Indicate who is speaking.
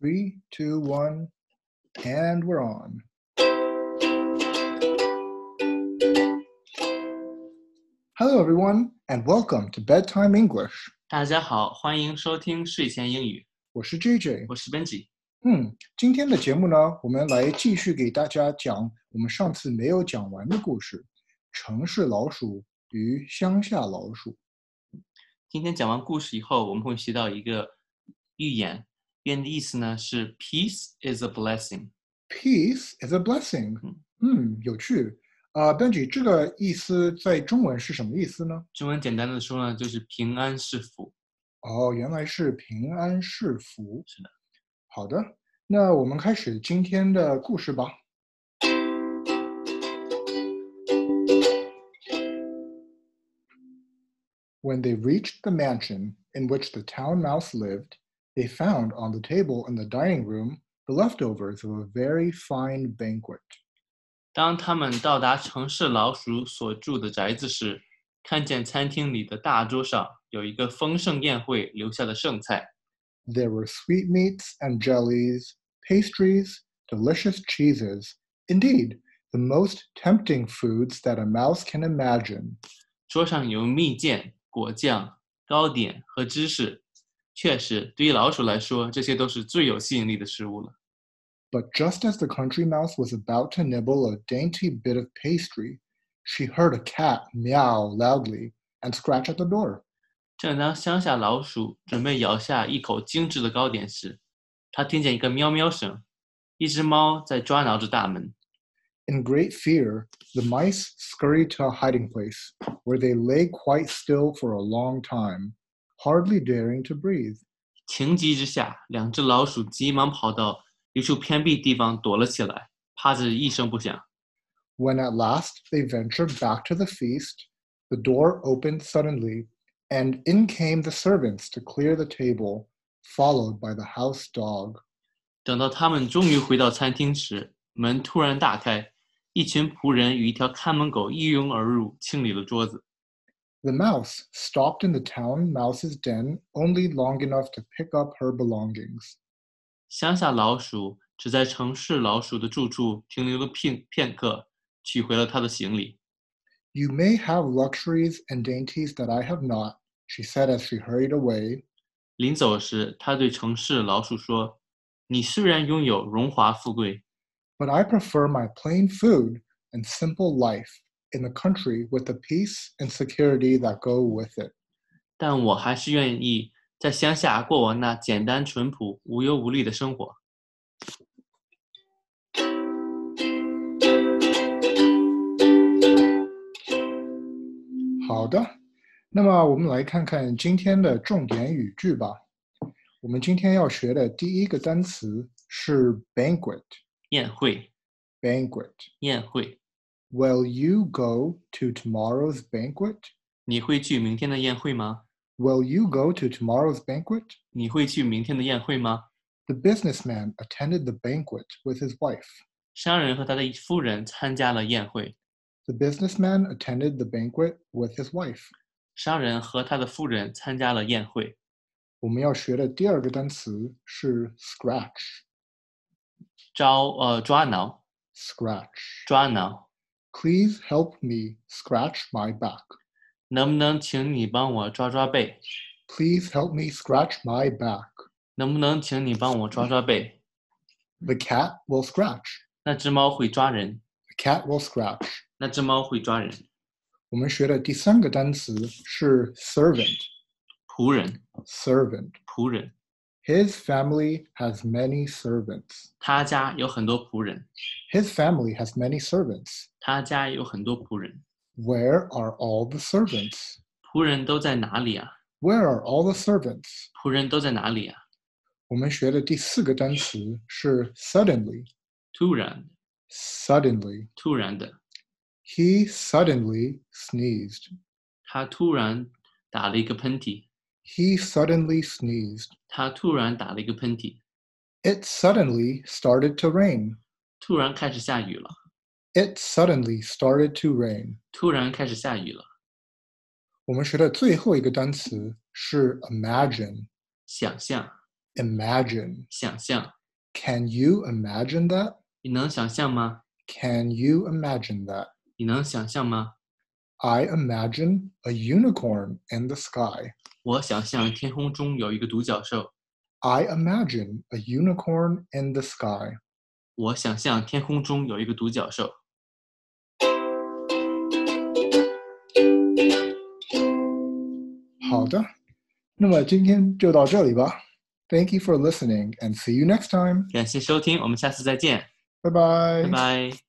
Speaker 1: Three, two, one, and we're on. Hello, everyone, and welcome to Bedtime English.
Speaker 2: 大家好，欢迎收听睡前英语，
Speaker 1: 我是 JJ。
Speaker 2: 我是 Benji。
Speaker 1: 嗯，今天的节目呢，我们来继续给大家讲我们上次没有讲完的故事——城市老鼠与乡下老鼠。
Speaker 2: 今天讲完故事以后，我们会学到一个寓言，寓言的意思呢是 “peace is a blessing”。
Speaker 1: Peace is a blessing
Speaker 2: 嗯。
Speaker 1: 嗯，有趣。啊、b e n j i 这个意思在中文是什么意思呢？
Speaker 2: 中文简单的说呢，就是平安是福。
Speaker 1: 哦，原来是平安是福。
Speaker 2: 是的。
Speaker 1: 好的，那我们开始今天的故事吧。When they reached the mansion in which the town mouse lived, they found on the table in the dining room the leftovers of a very fine banquet.
Speaker 2: 当他们到达城市老鼠所住的宅子时，看见餐厅里的大桌上有一个丰盛宴会留下的剩菜，
Speaker 1: There were sweetmeats and jellies, pastries, delicious cheeses, indeed, the most tempting foods that a mouse can imagine.
Speaker 2: 桌上有蜜饯、果酱、糕点和芝士。确实，对于老鼠来说，这些都是最有吸引力的食物了。
Speaker 1: But just as the country mouse was about to nibble a dainty bit of pastry, she heard a cat meow loudly and scratch at the door.
Speaker 2: 正当乡下老鼠准备咬下一口精致的糕点时，它听见一个喵喵声，一只猫在抓挠着大门。
Speaker 1: In great fear, the mice scurried to a hiding place, where they lay quite still for a long time, hardly daring to breathe.
Speaker 2: 情急之下，两只老鼠急忙跑到一处偏僻地方躲了起来，趴着一声不响。
Speaker 1: When at last they ventured back to the feast, the door opened suddenly, and in came the servants to clear the table, followed by the house dog.
Speaker 2: 等到他们终于回到餐厅时，门突然大开，一群仆人与一条看门狗一拥而入，清理了桌子。
Speaker 1: The mouse stopped in the town mouse's den only long enough to pick up her belongings.
Speaker 2: 乡下老鼠只在城市老鼠的住处停留了片片刻，取回了它的行李。
Speaker 1: You may have luxuries and dainties that I have not, she said as she hurried away.
Speaker 2: 临走时，他对城市老鼠说：“你虽然拥有荣华富贵，
Speaker 1: But I prefer my plain food and simple life in the country with the peace and security that go with it.
Speaker 2: 但我还是愿意在乡下过我那简单淳朴、无忧无虑的生活。
Speaker 1: 好的，那么我们来看看今天的重点语句吧。我们今天要学的第一个单词是 banquet。”
Speaker 2: 宴会，
Speaker 1: banquet.
Speaker 2: 宴会，
Speaker 1: Will you go to tomorrow's banquet?
Speaker 2: 你会去明天的宴会吗？
Speaker 1: Will you go to tomorrow's banquet?
Speaker 2: 你会去明天的宴会吗？
Speaker 1: The businessman attended the banquet with his wife.
Speaker 2: 商人和他的夫人参加了宴会。
Speaker 1: The businessman attended the banquet with his wife.
Speaker 2: 商人和他的夫人参加了宴会。
Speaker 1: 我们要学的第二个单词是 scratch.
Speaker 2: 招呃抓挠，
Speaker 1: Scratch.
Speaker 2: 抓挠，
Speaker 1: Please help me scratch my back.
Speaker 2: 能不能请你帮我抓抓背？
Speaker 1: Please help me scratch my back.
Speaker 2: 能不能请你帮我抓抓背？
Speaker 1: The cat will scratch.
Speaker 2: 那只猫会抓人，
Speaker 1: The cat will scratch.
Speaker 2: 那只猫会抓人。
Speaker 1: 我们学的第三个单词是 servant.
Speaker 2: 仆人，
Speaker 1: servant.
Speaker 2: 仆人，
Speaker 1: His family has many servants.
Speaker 2: 他家有很多仆人，
Speaker 1: His family has many servants.
Speaker 2: 他家有很多仆人。
Speaker 1: Where are all the servants?
Speaker 2: 仆人都在哪里啊？
Speaker 1: Where are all the servants?
Speaker 2: 仆人都在哪里啊？
Speaker 1: 我们学的第四个单词是 suddenly.
Speaker 2: 突然，
Speaker 1: Suddenly.
Speaker 2: 突然的，
Speaker 1: He suddenly sneezed.
Speaker 2: 他突然打了一个喷嚏，
Speaker 1: He suddenly sneezed.
Speaker 2: 他突然打了一个喷嚏，
Speaker 1: It suddenly started to rain.
Speaker 2: 突然开始下雨了，
Speaker 1: It suddenly started to rain.
Speaker 2: 突然开始下雨了。
Speaker 1: 我们学的最后一个单词是 imagine.
Speaker 2: 想象，
Speaker 1: Imagine.
Speaker 2: 想象。
Speaker 1: Can you imagine that?
Speaker 2: 你能想象吗？
Speaker 1: Can you imagine that?
Speaker 2: 你能想象吗？
Speaker 1: I imagine a unicorn in the sky.
Speaker 2: 我想象天空中有一个独角兽，
Speaker 1: I imagine a unicorn in the sky.
Speaker 2: 我想象天空中有一个独角兽。
Speaker 1: 好的，那么今天就到这里吧。Thank you for listening and see you next time.
Speaker 2: 感谢收听，我们下次再见，
Speaker 1: Bye bye.
Speaker 2: 拜拜。